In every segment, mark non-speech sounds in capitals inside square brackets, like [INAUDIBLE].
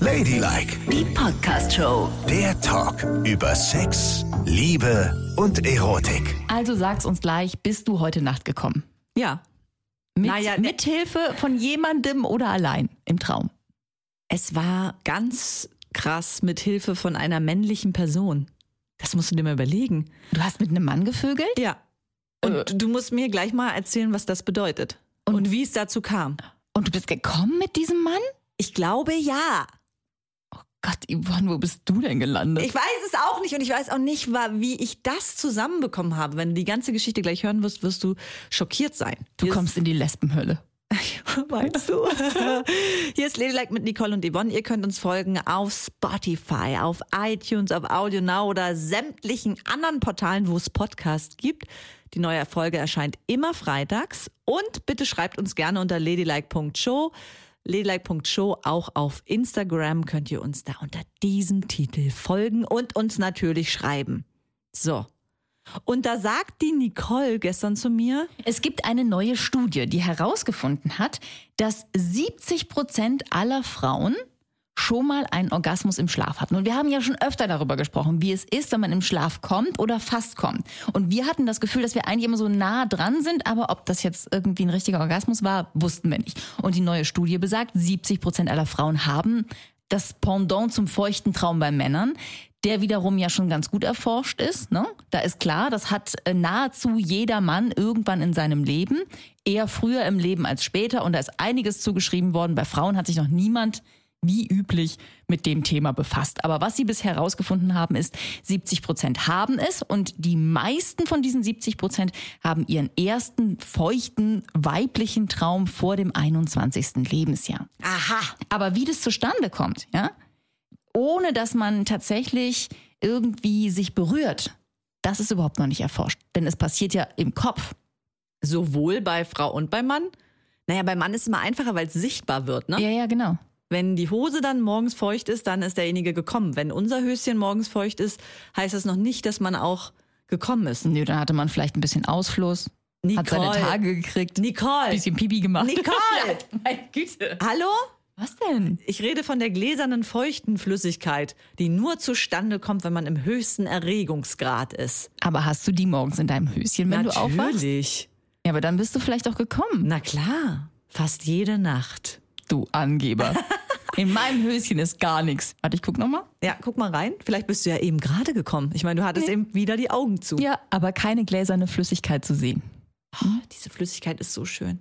Ladylike, Die Podcast-Show. der Talk über Sex, Liebe und Erotik. Also sag's uns gleich, bist du heute Nacht gekommen? Ja. Mit, Naja, ne- mit Hilfe von jemandem oder allein im Traum. Es war ganz krass mit Hilfe von einer männlichen Person. Das musst du dir mal überlegen. Du hast mit einem Mann gevögelt? Ja. Und du musst mir gleich mal erzählen, was das bedeutet. Und, wie es dazu kam. Und du bist gekommen mit diesem Mann? Ich glaube ja. Gott, Yvonne, wo bist du denn gelandet? Ich weiß es auch nicht und ich weiß auch nicht, wa- wie ich das zusammenbekommen habe. Wenn du die ganze Geschichte gleich hören wirst, wirst du schockiert sein. du kommst in die Lesbenhölle. [LAUGHS] Meinst du? Hier ist Ladylike mit Nicole und Yvonne. Ihr könnt uns folgen auf Spotify, auf iTunes, auf Audio Now oder sämtlichen anderen Portalen, wo es Podcasts gibt. Die neue Folge erscheint immer freitags. Und bitte schreibt uns gerne unter ladylike.show. Ladylike.show auch auf Instagram könnt ihr uns da unter diesem Titel folgen und uns natürlich schreiben. So. Und da sagt die Nicole gestern zu mir, Es gibt eine neue Studie, die herausgefunden hat, dass 70 Prozent aller Frauen schon mal einen Orgasmus im Schlaf hatten. Und wir haben ja schon öfter darüber gesprochen, wie es ist, wenn man im Schlaf kommt oder fast kommt. Und wir hatten das Gefühl, dass wir eigentlich immer so nah dran sind, aber ob das jetzt irgendwie ein richtiger Orgasmus war, wussten wir nicht. Und die neue Studie besagt, 70 Prozent aller Frauen haben das Pendant zum feuchten Traum bei Männern, der wiederum ja schon ganz gut erforscht ist. Ne? Da ist klar, das hat äh, nahezu jeder Mann irgendwann in seinem Leben, eher früher im Leben als später. Und da ist einiges zugeschrieben worden. Bei Frauen hat sich noch niemand wie üblich mit dem Thema befasst. Aber was sie bisher herausgefunden haben, ist, 70 Prozent haben es und die meisten von diesen 70 Prozent haben ihren ersten feuchten weiblichen Traum vor dem 21. Lebensjahr. aha, Aber wie das zustande kommt, ja, ohne dass man tatsächlich irgendwie sich berührt, das ist überhaupt noch nicht erforscht. Denn es passiert ja im Kopf. ne? Sowohl bei Frau und beim Mann? Naja, beim Mann ist es immer einfacher, weil es sichtbar wird. Ne? Ja, ja, genau. Wenn die Hose dann morgens feucht ist, dann ist derjenige gekommen. Wenn unser Höschen morgens feucht ist, heißt das noch nicht, dass man auch gekommen ist. Nö, dann hatte man vielleicht ein bisschen Ausfluss, hat seine Nicole. Tage gekriegt, ein Nicole! bisschen Pipi gemacht. [LAUGHS] Nicole! Meine Güte. Hallo? Was denn? Ich rede von der gläsernen, feuchten Flüssigkeit, die nur zustande kommt, wenn man im höchsten Erregungsgrad ist. Aber hast du die morgens in deinem Höschen, wenn du aufwachst? Natürlich. Ja, aber dann bist du vielleicht auch gekommen, Na klar, fast jede Nacht. du [LAUGHS] Angeber. In meinem Höschen ist gar nichts. Warte, ich guck nochmal. Ja, guck mal rein. Vielleicht bist du ja eben gerade gekommen. Ich meine, du hattest eben wieder die Augen zu. Ja, aber keine gläserne Flüssigkeit zu sehen. Ah, Diese Flüssigkeit ist so schön.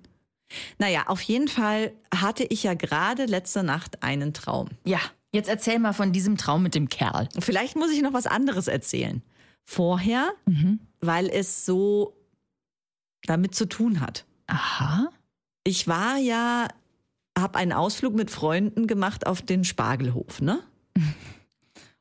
Naja, auf jeden Fall hatte ich ja gerade letzte Nacht einen Traum. Ja, jetzt erzähl mal von diesem Traum mit dem Kerl. Vielleicht muss ich noch was anderes erzählen. Vorher, weil es so damit zu tun hat. Aha. Ich war ja, habe einen Ausflug mit Freunden gemacht auf den Spargelhof, ne?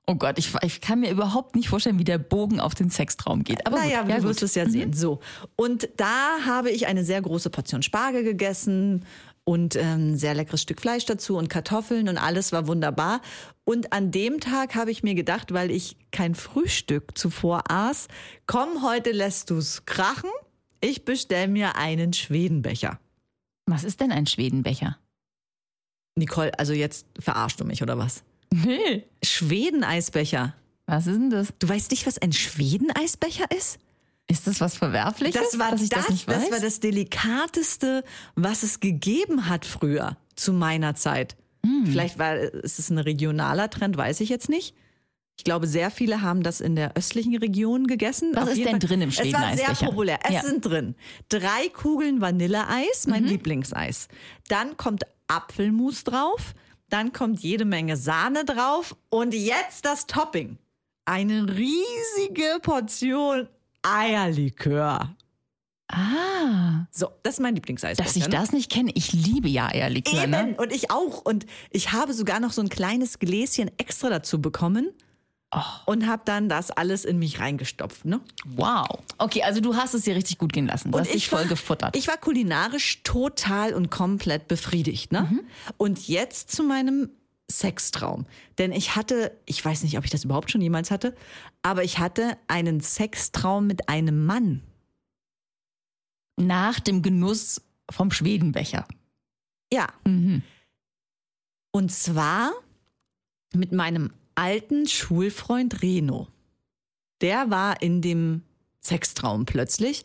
Oh Gott, ich, ich kann mir überhaupt nicht vorstellen, wie der Bogen auf den Sextraum geht. Aber naja, gut, du ja, wirst gut. es ja Mhm. sehen. So. Und da habe ich eine sehr große Portion Spargel gegessen und ähm, sehr leckeres Stück Fleisch dazu und Kartoffeln und alles war wunderbar. Und an dem Tag habe ich mir gedacht, weil ich kein Frühstück zuvor aß, komm, heute lässt du's krachen. Ich bestell mir einen Schwedenbecher. Was ist denn ein Schwedenbecher? Nicole, also jetzt verarschst du mich oder was? Nee. Schweden-Eisbecher. Was ist denn das? Du weißt nicht, was ein Schweden-Eisbecher ist? Ist das was Verwerfliches? Das war dass das, ich das, das, nicht weiß? war das Delikateste, was es gegeben hat früher, zu meiner Zeit. Hm. Vielleicht war ist es ein regionaler Trend, weiß ich jetzt nicht. Ich glaube, sehr viele haben das in der östlichen Region gegessen. Was ist jeden denn drin im Es war sehr Schweden-Eisbecher? populär. Es Ja. Mhm. sind drin drei Kugeln Vanilleeis, mein Lieblingseis. Dann kommt Apfelmus drauf. Dann kommt jede Menge Sahne drauf. Und jetzt das Topping. Eine riesige Portion Eierlikör. ah, So, das ist mein Lieblingseis. dass ich das nicht kenne. Ich liebe ja Eierlikör, Eben, ne? und ich auch. Und ich habe sogar noch so ein kleines Gläschen extra dazu bekommen und habe dann das alles in mich reingestopft. Ne? Oh, Wow. Okay, also du hast es dir richtig gut gehen lassen. Du Und hast dich voll gefuttert. Ich war kulinarisch total und komplett befriedigt. Ne? Mhm. Und jetzt zu meinem Sextraum. Denn ich hatte, ich weiß nicht, ob ich das überhaupt schon jemals hatte, aber ich hatte einen Sextraum mit einem Mann. Nach dem Genuss vom Mhm. Schwedenbecher. Ja. Und zwar mit meinem alten Schulfreund Reno. Der war in dem Sextraum plötzlich.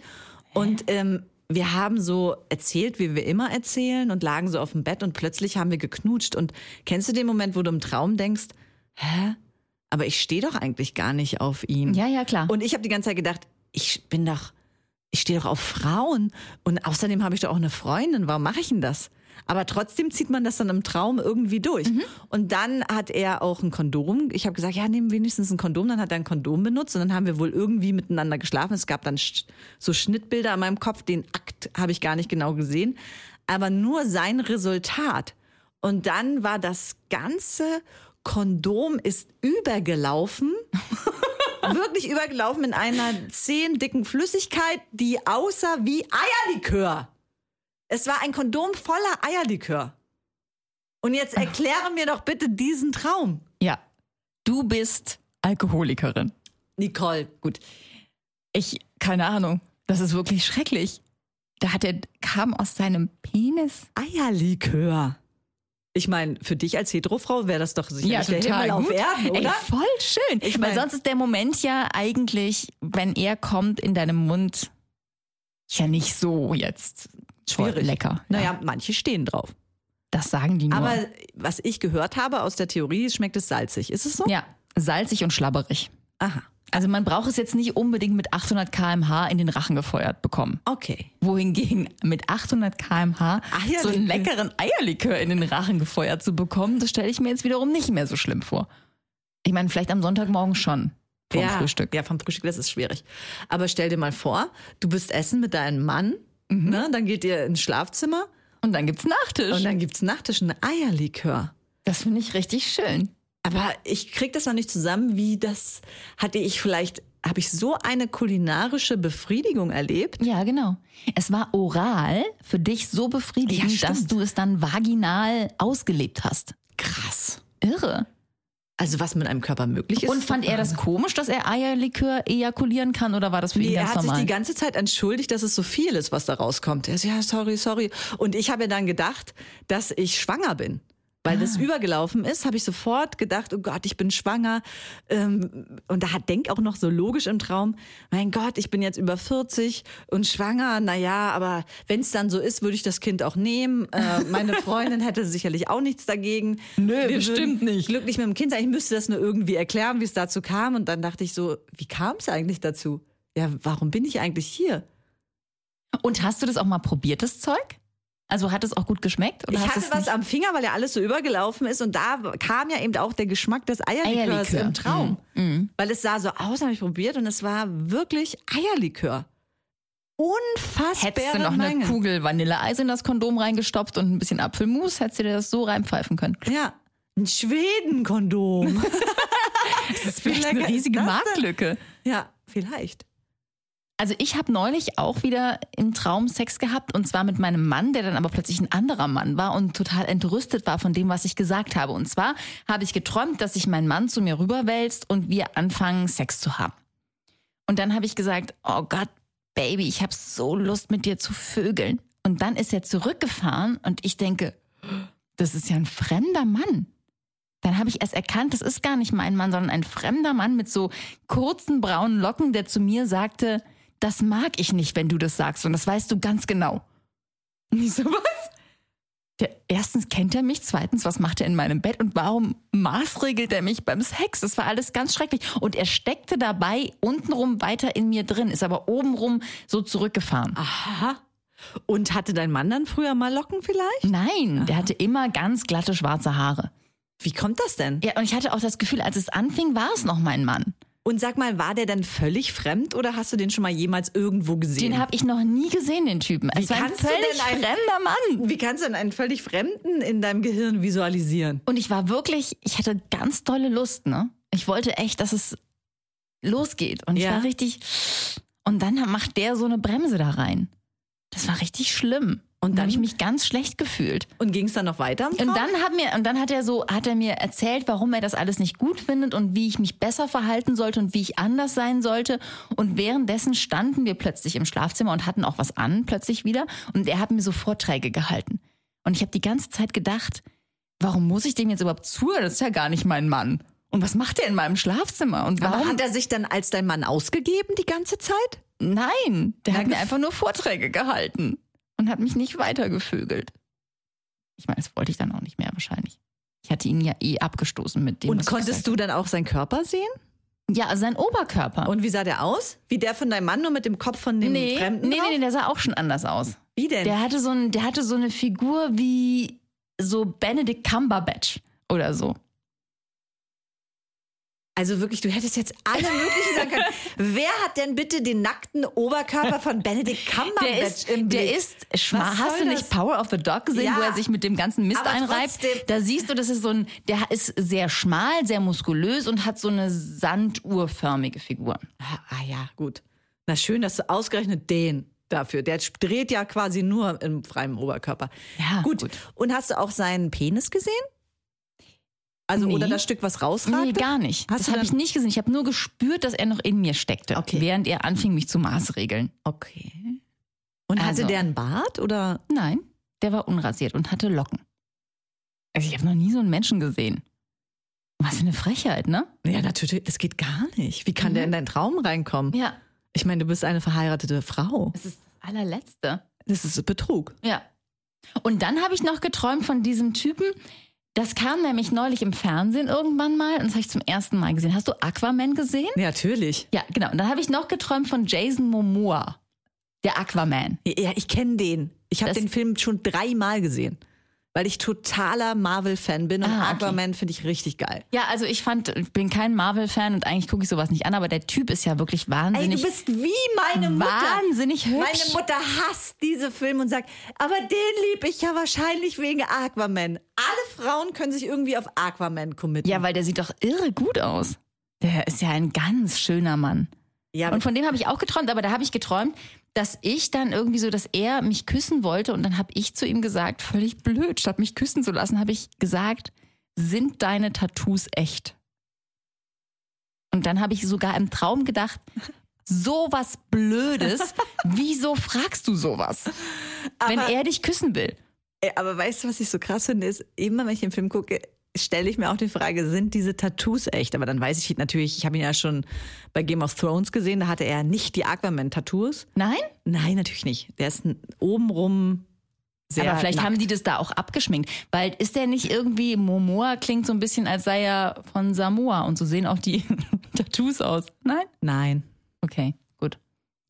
Und ähm, wir haben so erzählt, wie wir immer erzählen und lagen so auf dem Bett und plötzlich haben wir geknutscht. Und kennst du den Moment, wo du im Traum denkst, hä? Aber ich stehe doch eigentlich gar nicht auf ihn. Ja, ja, klar. Und ich habe die ganze Zeit gedacht, ich bin doch, ich stehe doch auf Frauen. Und außerdem habe ich doch auch eine Freundin. Warum mache ich denn das? Aber trotzdem zieht man das dann im Traum irgendwie durch. Und dann hat er auch ein Kondom. Ich habe gesagt, ja, nehmen wenigstens ein Kondom. Dann hat er ein Kondom benutzt und dann haben wir wohl irgendwie miteinander geschlafen. Es gab dann sch- so Schnittbilder an meinem Kopf. Den Akt habe ich gar nicht genau gesehen. Aber nur sein Resultat. Und dann war das ganze Kondom ist übergelaufen wirklich übergelaufen in einer zehn dicken Flüssigkeit, die aussah wie Eierlikör. Es war ein Kondom voller Eierlikör. Und jetzt erkläre mir doch bitte diesen Traum. ja. Du bist Alkoholikerin. Nicole, gut. Ich, keine Ahnung. Das ist wirklich schrecklich. Da hat er, kam aus seinem Penis. Eierlikör. Ich meine, für dich als Heterofrau wäre das doch sicherlich der Himmel auf gut. Erden, oder? Ey, voll schön. Ich Weil mein- sonst ist der Moment ja eigentlich, wenn er kommt in deinem Mund, ja nicht so jetzt voll Schwierig. lecker. Ja, Naja, manche stehen drauf. das sagen die nur. Aber was ich gehört habe aus der Theorie, schmeckt es salzig. Ist es so? ja, salzig und schlabberig. Aha. Also man braucht es jetzt nicht unbedingt mit 800 km/h in den Rachen gefeuert bekommen. Okay. Wohingegen mit 800 km/h Eierlikör. so einen leckeren Eierlikör in den Rachen gefeuert zu bekommen, das stelle ich mir jetzt wiederum nicht mehr so schlimm vor. Ich meine, vielleicht am Sonntagmorgen schon vom ja, Frühstück. Ja, vom Frühstück, das ist schwierig. Aber stell dir mal vor, du bist essen mit deinem Mann, Mhm. ne? dann geht ihr ins Schlafzimmer Und dann gibt's Nachtisch. und dann gibt's Nachtisch einen Eierlikör. das finde ich richtig schön. Aber ich krieg das noch nicht zusammen, wie das hatte ich vielleicht, habe ich so eine kulinarische Befriedigung erlebt? Ja, genau. Es war oral für dich so befriedigend, Ja, stimmt. dass du es dann vaginal ausgelebt hast. Krass. Irre. Also was mit einem Körper möglich ist. Und fand er das komisch, dass er Eierlikör ejakulieren kann oder war das für ihn Nee, er ganz hat normal? sich die ganze Zeit entschuldigt, dass es so viel ist, was da rauskommt. Er so, ja, sorry, sorry. Und ich habe ja dann gedacht, dass ich schwanger bin. Weil Ah. das übergelaufen ist, habe ich sofort gedacht, oh Gott, ich bin schwanger. Ähm, und da hat Denk auch noch so logisch im Traum, mein Gott, ich bin jetzt über 40 und schwanger. Naja, aber wenn es dann so ist, würde ich das Kind auch nehmen. Äh, [LAUGHS] meine Freundin hätte sicherlich auch nichts dagegen. Nö, Wir bestimmt würden nicht. Glücklich mit dem Kind sein. Ich müsste das nur irgendwie erklären, wie es dazu kam. Und dann dachte ich so, wie kam es eigentlich dazu? Ja, warum bin ich eigentlich hier? Und hast du das auch mal probiert, das Zeug? Also hat es auch gut geschmeckt? Oder ich hast hatte du's was nicht? am Finger, weil ja alles so übergelaufen ist und da kam ja eben auch der Geschmack des Eierlikörs Eierlikör. im Traum. Mm, mm. Weil es sah so aus, habe ich probiert und es war wirklich Eierlikör. Unfassbar. Hättest du noch eine Kugel Vanilleeis in das Kondom reingestopft und ein bisschen Apfelmus, hättest du dir das so reinpfeifen können. Ja, [LAUGHS] ein Schwedenkondom. Das ist Wie vielleicht lecker eine ist riesige das denn? Marktlücke. ja, vielleicht. Also ich habe neulich auch wieder im Traum Sex gehabt und zwar mit meinem Mann, der dann aber plötzlich ein anderer Mann war und total entrüstet war von dem, was ich gesagt habe. Und zwar habe ich geträumt, dass sich mein Mann zu mir rüberwälzt und wir anfangen Sex zu haben. Und dann habe ich gesagt, oh Gott, Baby, ich habe so Lust mit dir zu vögeln. Und dann ist er zurückgefahren und ich denke, das ist ja ein fremder Mann. Dann habe ich erst erkannt, das ist gar nicht mein Mann, sondern ein fremder Mann mit so kurzen braunen Locken, der zu mir sagte, das mag ich nicht, wenn du das sagst und das weißt du ganz genau. [LAUGHS] Und ich so, was? Der, erstens kennt er mich, zweitens, was macht er in meinem Bett und warum maßregelt er mich beim Sex? Das war alles ganz schrecklich. Und er steckte dabei untenrum weiter in mir drin, ist aber obenrum so zurückgefahren. Aha. Und hatte dein Mann dann früher mal Locken vielleicht? Nein, der hatte immer ganz glatte schwarze Haare. Wie kommt das denn? Ja, und ich hatte auch das Gefühl, als es anfing, war es noch mein Mann. Und sag mal, war der dann völlig fremd oder hast du den schon mal jemals irgendwo gesehen? Den habe ich noch nie gesehen, den Typen. es war ein kannst du völlig denn ein- fremder Mann. Wie kannst du denn einen völlig Fremden in deinem Gehirn visualisieren? Und ich war wirklich, ich hatte ganz tolle Lust, ne? Ich wollte echt, dass es losgeht. Und ich Ja. war richtig. Und dann macht der so eine Bremse da rein. Das war richtig schlimm. Und dann? dann habe ich mich ganz schlecht gefühlt. Und ging es dann noch weiter? im Traum? Und dann hat mir, und dann hat er so, hat er mir erzählt, warum er das alles nicht gut findet und wie ich mich besser verhalten sollte und wie ich anders sein sollte. Und währenddessen standen wir plötzlich im Schlafzimmer und hatten auch was an, plötzlich wieder. Und er hat mir so Vorträge gehalten. Und ich habe die ganze Zeit gedacht, warum muss ich dem jetzt überhaupt zuhören? Das ist ja gar nicht mein Mann. Und was macht er in meinem Schlafzimmer? Und Aber warum? hat er sich dann als dein Mann ausgegeben die ganze Zeit? Nein, der hat Na, mir gef- einfach nur Vorträge gehalten und hat mich nicht weitergevögelt. Ich meine, das wollte ich dann auch nicht mehr wahrscheinlich. Ich hatte ihn ja eh abgestoßen mit dem. Und konntest du dann auch seinen Körper sehen? Ja, also sein Oberkörper. Und wie sah der aus? Wie der von deinem Mann, nur mit dem Kopf von dem nee, Fremden? nee, drauf? nee, nee, der sah auch schon anders aus. Wie denn? Der hatte so, ein, der hatte so eine Figur wie so Benedict Cumberbatch oder so. also wirklich, du hättest jetzt alle möglichen [LAUGHS] sagen können. Wer hat denn bitte den nackten Oberkörper von Benedict Cumberbatch Der ist, im Blick? der ist schmal. Was Hast du soll nicht das? Power of the Dog gesehen, Ja. wo er sich mit dem ganzen Mist Aber einreibt? trotzdem. Da siehst du, das ist so ein, der ist sehr schmal, sehr muskulös und hat so eine sanduhrförmige Figur. Ah ah ja, gut. Na schön, dass du ausgerechnet den dafür. Der dreht ja quasi nur im freien Oberkörper. Ja, gut. gut. Und hast du auch seinen Penis gesehen? Also Nee. oder das Stück, was Nee, rausragt? gar nicht. Hast das du habe dann- ich nicht gesehen. Ich habe nur gespürt, dass er noch in mir steckte, Okay. während er anfing, mich zu maßregeln. okay. Und hatte Also. der einen Bart oder? Nein, der war unrasiert und hatte Locken. Also ich habe noch nie so einen Menschen gesehen. Was für eine Frechheit, ne? Ja, natürlich. Das geht gar nicht. Wie kann Mhm. der in deinen Traum reinkommen? Ja, Ich meine, du bist eine verheiratete Frau. das ist das allerletzte. Das ist Betrug. Ja. Und dann habe ich noch geträumt von diesem Typen. Das kam nämlich neulich im Fernsehen irgendwann mal und das habe ich zum ersten Mal gesehen. Hast du Aquaman gesehen? Ja, natürlich. Ja, genau. Und dann habe ich noch geträumt von Jason Momoa, der Aquaman. Ja, ich kenne den. Ich habe Das- den Film schon dreimal gesehen, weil ich totaler Marvel-Fan bin und Ah, okay. Aquaman finde ich richtig geil. Ja, also ich fand, ich bin kein Marvel-Fan und eigentlich gucke ich sowas nicht an, aber der Typ ist ja wirklich wahnsinnig, bist wie meine wahnsinnig hübsch. Meine Mutter hasst diese Filme und sagt, aber den lieb ich ja wahrscheinlich wegen Aquaman. Alle Frauen können sich irgendwie auf Aquaman committen. ja, weil der sieht doch irre gut aus. Der ist ja ein ganz schöner Mann. ja Und von dem habe ich auch geträumt, aber da habe ich geträumt, dass ich dann irgendwie so, dass er mich küssen wollte und dann habe ich zu ihm gesagt, völlig blöd, statt mich küssen zu lassen, habe ich gesagt, sind deine Tattoos echt? Und dann habe ich sogar im Traum gedacht, sowas [LAUGHS] Blödes, wieso fragst du sowas, wenn Aber- er dich küssen will? Ey, Aber weißt du, was ich so krass finde, ist, immer wenn ich den Film gucke, stelle ich mir auch die Frage, sind diese Tattoos echt? Aber dann weiß ich natürlich, ich habe ihn ja schon bei Game of Thrones gesehen, da hatte er nicht die Aquaman-Tattoos. Nein? Nein, natürlich nicht. Der ist n- obenrum sehr. aber vielleicht nackt. haben die das da auch abgeschminkt. Weil ist der nicht irgendwie, Momoa klingt so ein bisschen, als sei er von Samoa und so sehen auch die [LAUGHS] Tattoos aus. Nein? Nein. Okay, gut.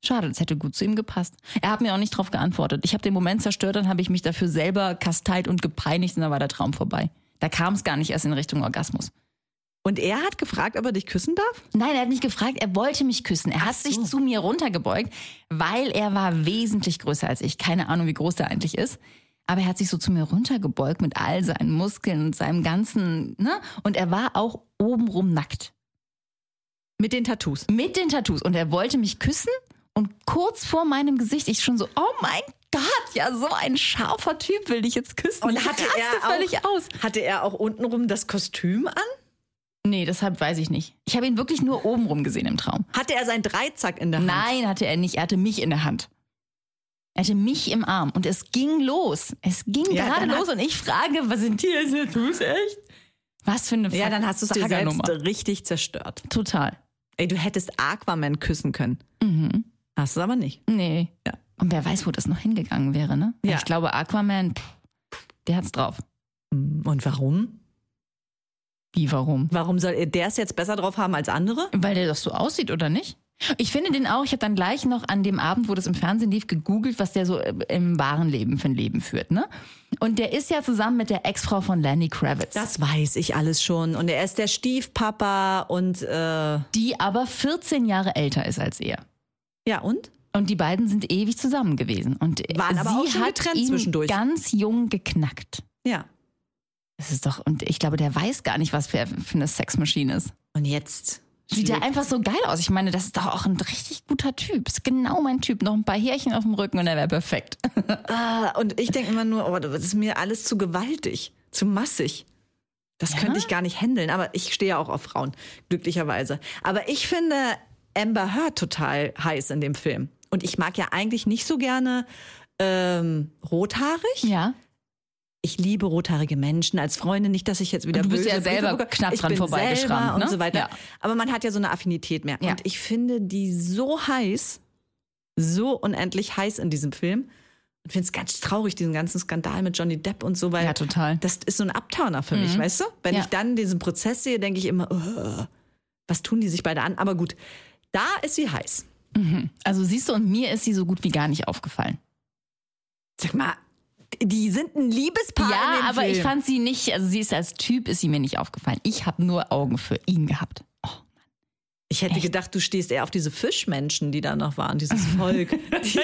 Schade, das hätte gut zu ihm gepasst. Er hat mir auch nicht drauf geantwortet. Ich habe den Moment zerstört, dann habe ich mich dafür selber kasteit und gepeinigt und dann war der Traum vorbei. Da kam es gar nicht erst in Richtung Orgasmus. Und er hat gefragt, ob er dich küssen darf? Nein, er hat nicht gefragt, er wollte mich küssen. Er hat sich zu mir runtergebeugt, weil er war wesentlich größer als ich. Keine Ahnung, wie groß der eigentlich ist. Aber er hat sich so zu mir runtergebeugt mit all seinen Muskeln und seinem ganzen, ne? Und er war auch obenrum nackt. Mit den Tattoos. mit den Tattoos und er wollte mich küssen und kurz vor meinem Gesicht ich schon so oh mein Gott ja so ein scharfer Typ will dich jetzt küssen Und Ich hatte raste er auch- völlig aus Hatte er auch untenrum das Kostüm an? nee deshalb weiß ich nicht ich habe ihn wirklich nur obenrum gesehen im Traum Hatte er seinen Dreizack in der Hand? nein hatte er nicht er hatte mich in der Hand er hatte mich im Arm und es ging los es ging Ja, gerade dann hat- los und ich frage was sind die jetzt Tattoos echt was für eine Ja, dann hast du es Dieser selbst Nummer. richtig zerstört. total Ey, du hättest Aquaman küssen können. mhm. Hast du aber nicht. Nee. Ja. Und wer weiß, wo das noch hingegangen wäre, ne? Weil Ja. Ich glaube, Aquaman, pff, der hat's drauf. Hm, Und warum? Wie, warum? Warum soll der es jetzt besser drauf haben als andere? Weil der doch so aussieht, oder nicht? Ich finde den auch, ich habe dann gleich noch an dem Abend, wo das im Fernsehen lief, gegoogelt, was der so äh, im wahren Leben für ein Leben führt, ne? Und der ist ja zusammen mit der Ex-Frau von Lenny Kravitz, Das weiß ich alles schon. Und er ist der Stiefpapa und äh, ja die aber 14 Jahre älter ist als er. und? Und die beiden sind ewig zusammen gewesen. Und Waren sie aber auch schon hat getrennt ihn zwischendurch. ganz jung geknackt. Ja. Das ist doch, und ich glaube, der weiß gar nicht, was für, für eine Sexmaschine ist. Und jetzt? Sieht ja schlägt- einfach so geil aus. Ich meine, das ist doch auch ein richtig guter Typ. Ist genau mein Typ. Noch ein paar Härchen auf dem Rücken und er wäre perfekt. Ah, und ich denke immer nur, oh, das ist mir alles zu gewaltig, zu massig. Das könnte ich gar nicht handeln, aber ich stehe ja auch auf Frauen, glücklicherweise. Aber ich finde Amber Heard total heiß in dem Film. Und ich mag ja eigentlich nicht so gerne ähm, rothaarig. Ja. ich liebe rothaarige Menschen als Freundin, nicht, dass ich jetzt wieder Und du bist böse ja selber Briefe bekomme. knapp ich dran bin vorbeigeschrammt, selber ne? und so weiter. Ja. Aber man hat ja so eine Affinität mehr. Ja. Und ich finde die so heiß, so unendlich heiß in diesem Film. Und finde es ganz traurig, diesen ganzen Skandal mit Johnny Depp und so, weil Ja, total. das ist so ein Abtowner für mich, weißt du? Wenn Ja. ich dann diesen Prozess sehe, denke ich immer, "Ugh, was tun die sich beide an? Aber gut, da ist sie heiß. Also siehst du, und mir ist sie so gut wie gar nicht aufgefallen. Sag mal, die sind ein Liebespaar. in ja, dem aber Film. ich fand sie nicht, also sie ist als Typ, ist sie mir nicht aufgefallen. Ich habe nur Augen für ihn gehabt. Oh, [LAUGHS] Ich hätte gedacht, du stehst eher auf diese Fischmenschen, die da noch waren, dieses Volk. diese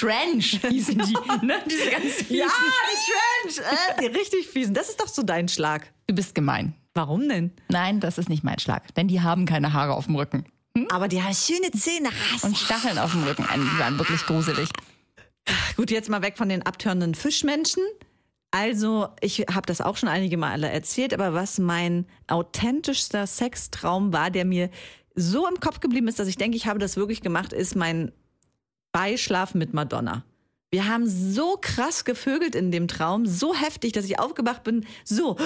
Trench hießen die, ne? Diese ganz fiesen. ja, die Trench! Äh, [LAUGHS] die richtig fiesen. Das ist doch so dein Schlag. Du bist gemein. Warum denn? Nein, das ist nicht mein Schlag, denn die haben keine Haare auf dem Rücken. Aber die haben schöne Zähne. Und Stacheln auf dem Rücken, die waren wirklich gruselig. Ah, Gut, jetzt mal weg von den abtörenden Fischmenschen. Also, ich habe das auch schon einige Male erzählt, aber was mein authentischster Sextraum war, der mir so im Kopf geblieben ist, dass ich denke, ich habe das wirklich gemacht, ist mein Beischlafen mit Madonna. Wir haben so krass gevögelt in dem Traum, so heftig, dass ich aufgewacht bin, so.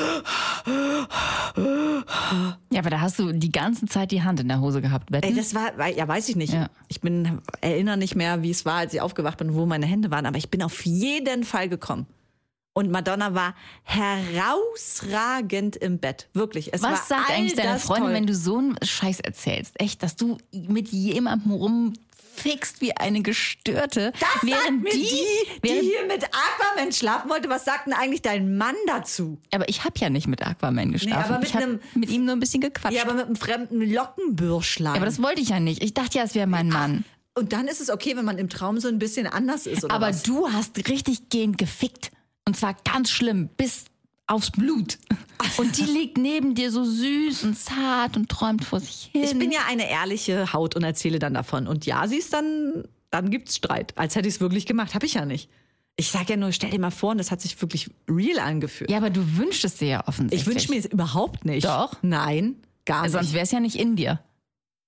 Ja, aber da hast du die ganze Zeit die Hand in der Hose gehabt, Ey, Wetten? das war, wei- ja, weiß ich nicht. Hm? Ja. Ich bin, erinnere nicht mehr, wie es war, als ich aufgewacht bin, wo meine Hände waren, aber ich bin auf jeden Fall gekommen. Und Madonna war herausragend im Bett. Wirklich. Es war Was sagt all eigentlich deine das Freundin, toll. wenn du so einen Scheiß erzählst? Echt, dass du mit jemandem rumfickst wie eine Gestörte, das während während mir die, die, die, während hier mit Aquaman schlafen wollte, was sagt denn eigentlich dein Mann dazu? Aber ich habe ja nicht mit Aquaman geschlafen. aber mit ich hab einem- mit ihm nur ein bisschen gequatscht. Ja, aber mit einem fremden Lockenbürschlein. Ja, aber das wollte ich ja nicht. Ich dachte ja, es wäre mein Mann. und dann ist es okay, wenn man im Traum so ein bisschen anders ist oder Aber was? du hast richtig gehend gefickt. Und zwar ganz schlimm, bis aufs [LAUGHS] Blut. Und die liegt neben dir so süß und zart und träumt vor sich hin. Ich bin ja eine ehrliche Haut und erzähle dann davon. Und ja, sie ist dann, dann gibt's Streit. Als hätte ich es wirklich gemacht, habe ich ja nicht. Ich sage ja nur, stell dir mal vor, und das hat sich wirklich real angefühlt. ja, aber du wünschst es dir ja offensichtlich. ich wünsche mir es überhaupt nicht. Doch. Nein, gar nicht. Sonst wäre es ja nicht in dir.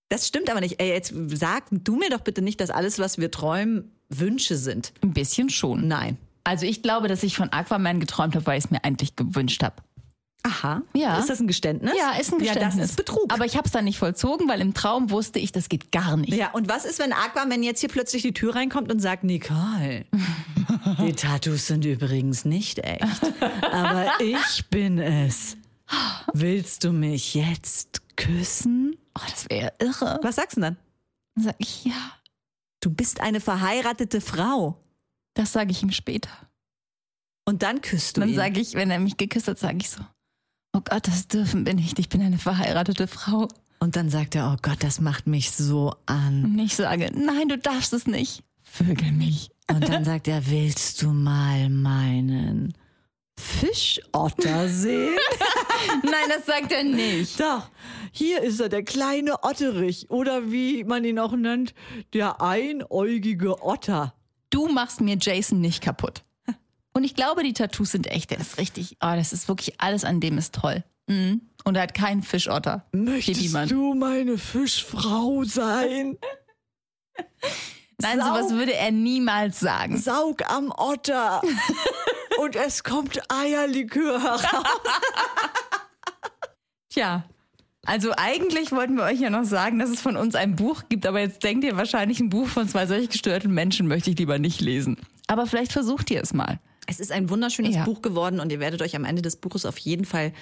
das stimmt aber nicht. Ey, jetzt sag du mir doch bitte nicht, dass alles, was wir träumen, Wünsche sind. Ein bisschen schon. Nein. Also ich glaube, dass ich von Aquaman geträumt habe, weil ich es mir eigentlich gewünscht habe. Aha. Ja. Ist das ein Geständnis? Ja, ist ein Geständnis. Ne? Ja, das ist Betrug. Aber ich habe es dann nicht vollzogen, weil im Traum wusste ich, das geht gar nicht. Ja, und was ist, wenn Aquaman jetzt hier plötzlich die Tür reinkommt und sagt, [LAUGHS] Nicole, die Tattoos sind übrigens nicht echt, aber ich bin es. Willst du mich jetzt küssen? Oh, das wäre irre. Was sagst du denn dann? Dann sag ich, ja, Du bist eine verheiratete Frau. das sage ich ihm später. Und dann küsst du Dann ihn. sage ich, wenn er mich geküsst hat, sage ich so, oh Gott, das dürfen wir nicht. Ich bin eine verheiratete Frau. und dann sagt er, oh Gott, das macht mich so an. Und ich sage, nein, du darfst es nicht. Vögel [LAUGHS] mich. Und dann sagt er, willst du mal meinen Fischotter sehen? Nein, das sagt er nicht. Da, hier ist er, der kleine Otterich. Oder wie man ihn auch nennt, der einäugige Otter. Du machst mir Jason nicht kaputt. Und ich glaube, die Tattoos sind echt. Der ist richtig. Oh, das ist wirklich alles an dem ist toll. Mhm. Und er hat keinen Fischotter. Geht niemand. du meine Fischfrau sein? Nein, Sau- sowas würde er niemals sagen. Saug am Otter. Und es kommt Eierlikör heraus. Tja. Also eigentlich wollten wir euch ja noch sagen, dass es von uns ein Buch gibt, aber jetzt denkt ihr wahrscheinlich, ein Buch von zwei solch gestörten Menschen möchte ich lieber nicht lesen. Aber vielleicht versucht ihr es mal. Es ist ein wunderschönes Ja. Buch geworden und ihr werdet euch am Ende des Buches auf jeden Fall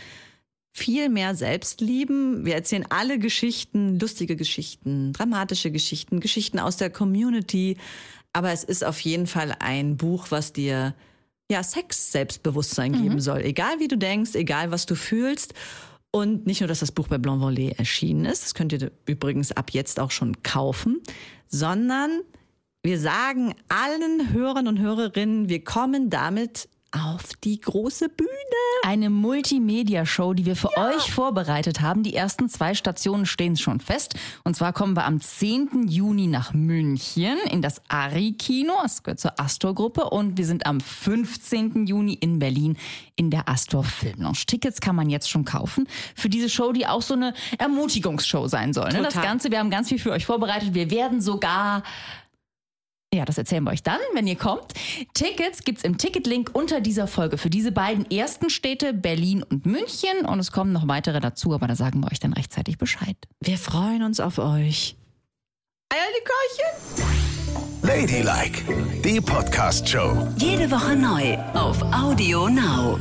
viel mehr selbst lieben. Wir erzählen alle Geschichten, lustige Geschichten, dramatische Geschichten, Geschichten aus der Community. Aber es ist auf jeden Fall ein Buch, was dir ja Sex-Selbstbewusstsein geben soll. Egal wie du denkst, egal was du fühlst. Und nicht nur, dass das Buch bei Blanc Volet erschienen ist, das könnt ihr übrigens ab jetzt auch schon kaufen, sondern wir sagen allen Hörern und Hörerinnen, wir kommen damit auf die große Bühne. Eine Multimedia-Show, die wir für euch vorbereitet haben. Die ersten zwei Stationen stehen schon fest. Und zwar kommen wir am 10. Juni nach München in das Ari-Kino. Das gehört zur Astor-Gruppe. Und wir sind am 15. Juni in Berlin in der Astor Film Lounge. Tickets kann man jetzt schon kaufen. Für diese Show, die auch so eine Ermutigungsshow sein soll. Ne? Das Total. Ganze, wir haben ganz viel für euch vorbereitet. Wir werden sogar Ja, das erzählen wir euch dann, wenn ihr kommt. Tickets gibt's im Ticketlink unter dieser Folge für diese beiden ersten Städte, Berlin und München. Und es kommen noch weitere dazu, aber da sagen wir euch dann rechtzeitig Bescheid. Wir freuen uns auf euch. Eierlikörchen? Ladylike, die Podcast-Show. Jede Woche neu auf Audio Now.